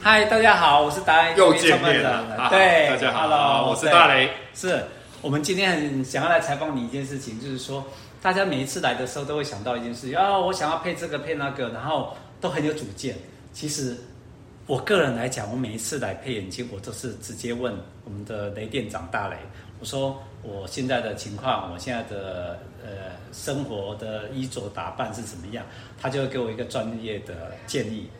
嗨，大家好，我是达人又公益见创办面者了，哈哈对，大家 Hello，好，我是对大雷，是我们今天很想要来采访你一件事情，就是说，大家每一次来的时候都会想到一件事情啊，我想要配这个配那个，然后都很有主见。其实，我个人来讲，我每一次来配眼镜，我都是直接问我们的雷店长大雷，我说我现在的情况，我现在的呃生活的衣着打扮是怎么样，他就会给我一个专业的建议。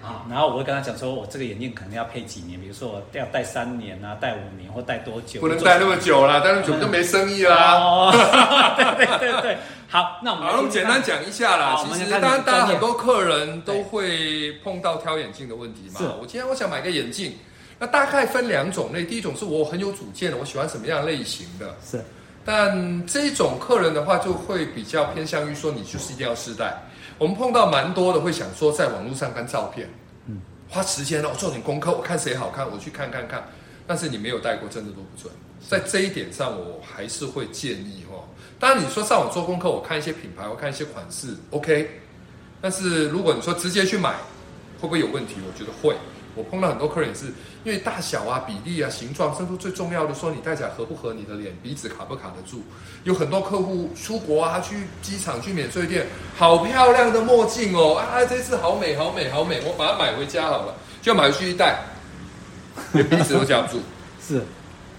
啊，然后我会跟他讲说，我这个眼镜可能要配几年，比如说我要戴三年啊，戴五年或戴多久，不能做待那么久啊了，待那么久就没生意啦。哦，对对对对，好，那我们好，那我们听简听单看讲一下啦。好我其们实先看当然，你大家专业很多客人都会碰到挑眼镜的问题嘛是。我今天我想买个眼镜，那大概分两种类。第一种是我很有主见的，我喜欢什么样类型的。是但这种客人的话，就会比较偏向于说，你就是一定要试戴。我们碰到蛮多的，会想说在网络上看照片，嗯，花时间哦，做点功课，我看谁好看，我去看看看。但是你没有戴过，真的都不准。在这一点上，我还是会建议哦。当然，你说上网做功课，我看一些品牌，我看一些款式，OK。但是如果你说直接去买，会不会有问题？我觉得会。我碰到很多客人也是因为大小啊、比例啊、形状，甚至最重要的说你戴起来合不合你的脸，鼻子卡不卡得住。有很多客户出国啊，去机场、去免税店，好漂亮的墨镜哦，啊，这次好美、好美、好美，我把它买回家好了，就买回去一戴，连 鼻子都夹不住。是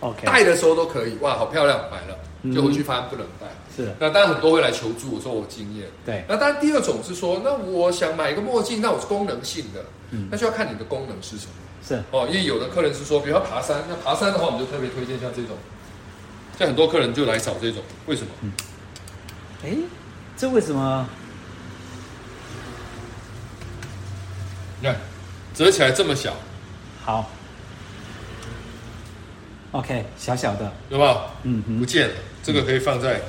，OK，戴的时候都可以，哇，好漂亮，买了，就回去发现不能戴。是那当然很多会来求助，我说我经验。对那当然第二种是说，那我想买一个墨镜，那我是功能性的，那就要看你的功能是什么。是哦，因为有的客人是说，比如他爬山，那爬山的话，我们就特别推荐像这种，像很多客人就来找这种，为什么？嗯哎，这为什么？你看折起来这么小，好，OK，小小的，有没有？嗯不哼，见了，这个可以放在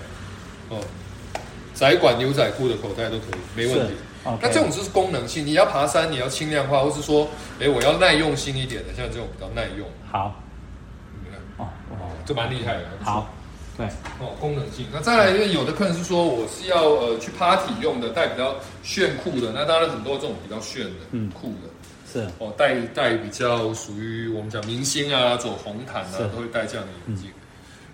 哦窄管牛仔裤的口袋都可以，没问题是。，OK 那这种就是功能性，你要爬山，你要轻量化，或是说，哎，我要耐用性一点的，像这种比较耐用，好，你看哦，哦哦，这蛮厉害的。还不错好，对，哦，功能性。那再来，因为有的客人是说我是要呃去 party 用的，带比较炫酷的，那当然很多这种比较炫的、嗯酷的是哦，戴戴比较属于我们讲明星啊，走红毯啊是，都会戴这样的眼镜。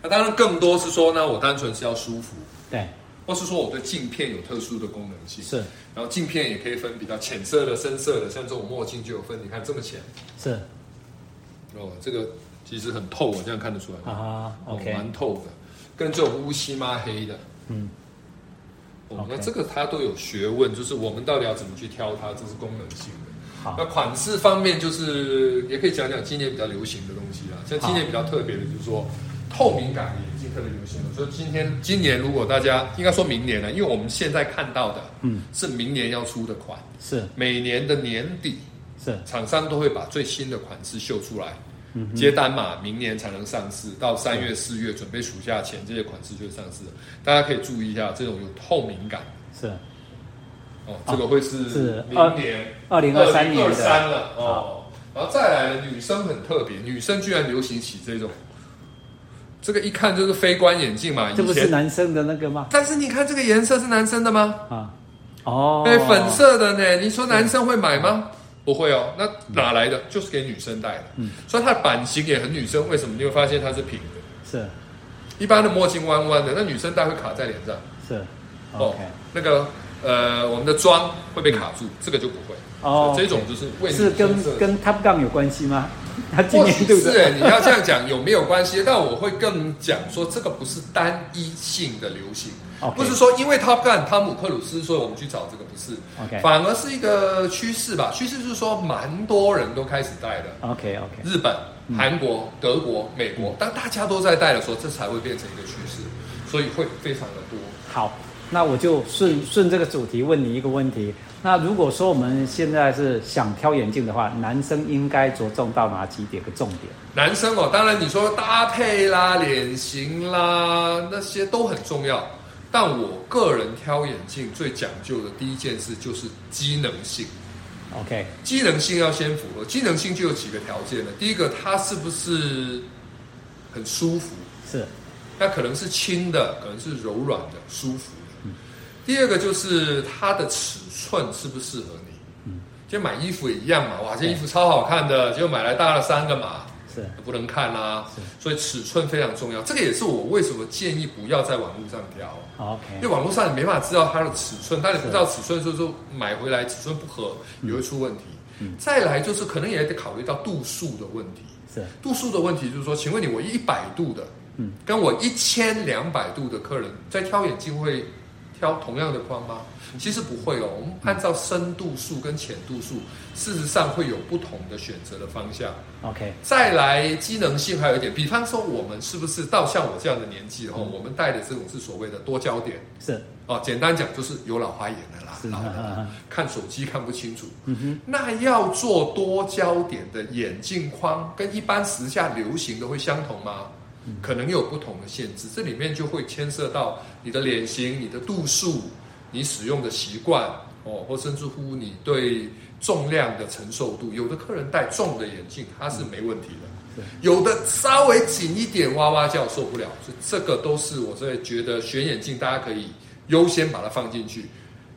那当然更多是说呢，我单纯是要舒服，对，或是说我对镜片有特殊的功能性。是然后镜片也可以分比较浅色的、深色的，像这种墨镜就有分。你看这么浅是哦，这个其实很透啊，这样看得出来吗。啊哦， ，OK，蛮透的，跟这种乌漆嘛黑的，嗯，哦 OK 那这个它都有学问，就是我们到底要怎么去挑它，这是功能性的。好那，款式方面，就是也可以讲讲今年比较流行的东西啦，像今年比较特别的，就是说透明感的眼镜特别流行了。所以今天今年如果大家应该说明年了，啊因为我们现在看到的，嗯，是明年要出的款，是每年的年底是厂商都会把最新的款式秀出来嗯，接单嘛，明年才能上市。到三月、四月准备暑假前，这些款式就会上市了。大家可以注意一下，这种有透明感是，哦，这个会是是明年二零二三年的，三了哦。然后再来了，女生很特别，女生居然流行起这种，这个一看就是非观眼镜嘛。这不以是前，男生的那个吗？但是你看这个颜色是男生的吗？啊，哦，对，粉，色的呢？你说男生会买吗？不会哦，那哪来嗯的？就是给女生戴的，所以它的版型也很女生。为什么？你会发现它是平的，是一般的墨镜弯弯的，那女生戴会卡在脸上。是哦，OK，，那个呃，我们的妆会被卡住，这个就不会。哦所以这种就是为女是生设跟跟计 Top Gun 有关系吗？他今或年许度是的欸你要这样讲有没有关系？但我会更讲说，这个不是单一性的流行 OK 不是说因为 Top Gun 汤姆克鲁斯，所以我们去找这个不是 OK 反而是一个趋势吧。趋势就是说，蛮多人都开始戴的， ，OK OK，嗯日本、韩国、德国、美国，当大家都在戴的时候，这才会变成一个趋势，所以会非常的多。好，那我就顺顺这个主题问你一个问题。那如果说我们现在是想挑眼镜的话，男生应该着重到哪几点个重点？男生哦，当然你说搭配啦、脸型啦，那些都很重要。但我个人挑眼镜最讲究的第一件事就是机能性， ？OK，机能性要先符合。机能性就有几个条件了，第一个它是不是很舒服，是那可能是轻的，可能是柔软的、舒服的。第二个就是它的尺寸适不适合你。就买衣服也一样嘛，哇，这衣服超好看的，就买来搭了三个码，是不能看啦、所以尺寸非常重要，这个也是我为什么建议不要在网络上挑，好因 OK，为网络上你没办法知道它的尺寸，但你不知道尺寸，就是说买回来尺寸不合也会出问题。再来就是可能也得考虑到度数的问题，是度数的问题就是说，请问你我一百度的，嗯跟我一千两百度的客人在挑眼镜会挑同样的框吗？其实不会哦，我们按照深度数跟浅度数，事实上会有不同的选择的方向。 OK，再来机能性还有一点，比方说我们是不是到像我这样的年嗯纪后，我们戴的这种是所谓的多焦点是哦，简单讲就是有老花眼的啦，是老了啦啊，看手机看不清楚。嗯哼，那要做多焦点的眼镜框，跟一般时下流行的会相同吗？嗯可能有不同的限制，这里面就会牵涉到你的脸型、你的度数、你使用的习惯哦，或甚至乎你对重量的承受度。有的客人戴重的眼镜，他是嗯没问题的；有的稍微紧一点，哇哇叫受不了。所以这个都是我在觉得选眼镜，大家可以优先把它放进去。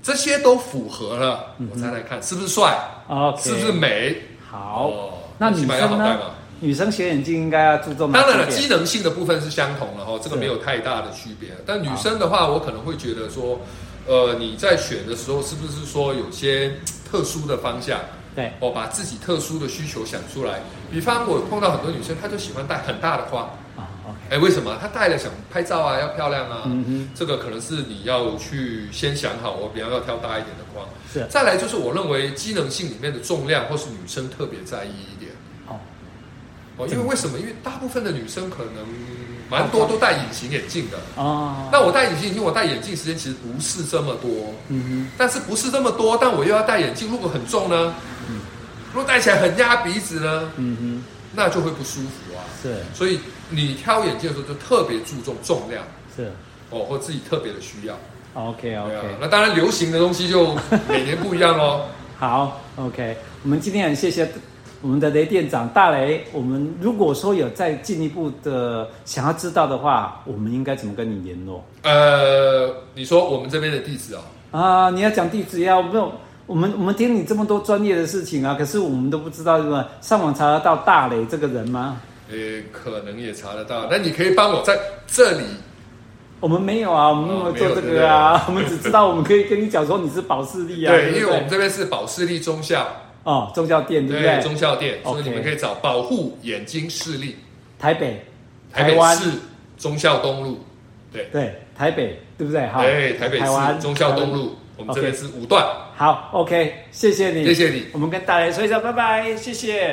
这些都符合了，我再来看是不是帅。 嗯 OK，是不是美？好？哦那西女班牙生好戴呢吗？？女生学眼镜应该要注重哪当然了，几机点能性的部分是相同了哈，哦这个是没有太大的区别。但女生的话，我可能会觉得说，呃，你在选的时候是不是说有些特殊的方向？对，哦，把自己特殊的需求想出来。比方我碰到很多女生，她就喜欢戴很大的框，啊 OK，哎，为什么？她戴了想拍照啊，要漂亮啊。嗯哼，这个可能是你要去先想好，我比方要挑大一点的框。是再来就是我认为机能性里面的重量，或是女生特别在意一点。哦，哦，因为为什么？因为大部分的女生可能蛮多都戴隐形眼镜的。哦，那我戴隐形眼镜，我戴眼镜时间其实不是这么多，嗯但是不是这么多，但我又要戴眼镜，如果很重呢？如果戴起来很压鼻子呢哼，，嗯那就会不舒服啊哼，。是所以你挑眼镜的时候就特别注重重量是哦，或自己特别的需要。 ，OK 对啊 OK，，那当然流行的东西就每年不一样哦喽。好，OK，我们今天很谢谢我们的雷店长大雷。我们如果说有再进一步的想要知道的话，我们应该怎么跟你联络 呃，你说我们这边的地址啊、啊、你要讲地址呀？我没有，我们我们听你这么多专业的事情啊，可是我们都不知道什么上网查得到大雷这个人吗？呃，可能也查得到。那你可以帮我在这里我们没有啊，我们没有哦没有做这个啊，我们只知道我们可以跟你讲说你是保士力啊，对，因为不我们这边是保视力中校，哦宗教店对不对？宗校店，所以 OK 你们可以找保护眼睛视力，台北，台台北湾市忠孝东路，对，对台北对不对？好，对，台北台湾市忠孝台湾东路，我们这边是五段，好，OK，谢谢你，谢谢你。我们跟大家说一下拜拜，谢谢。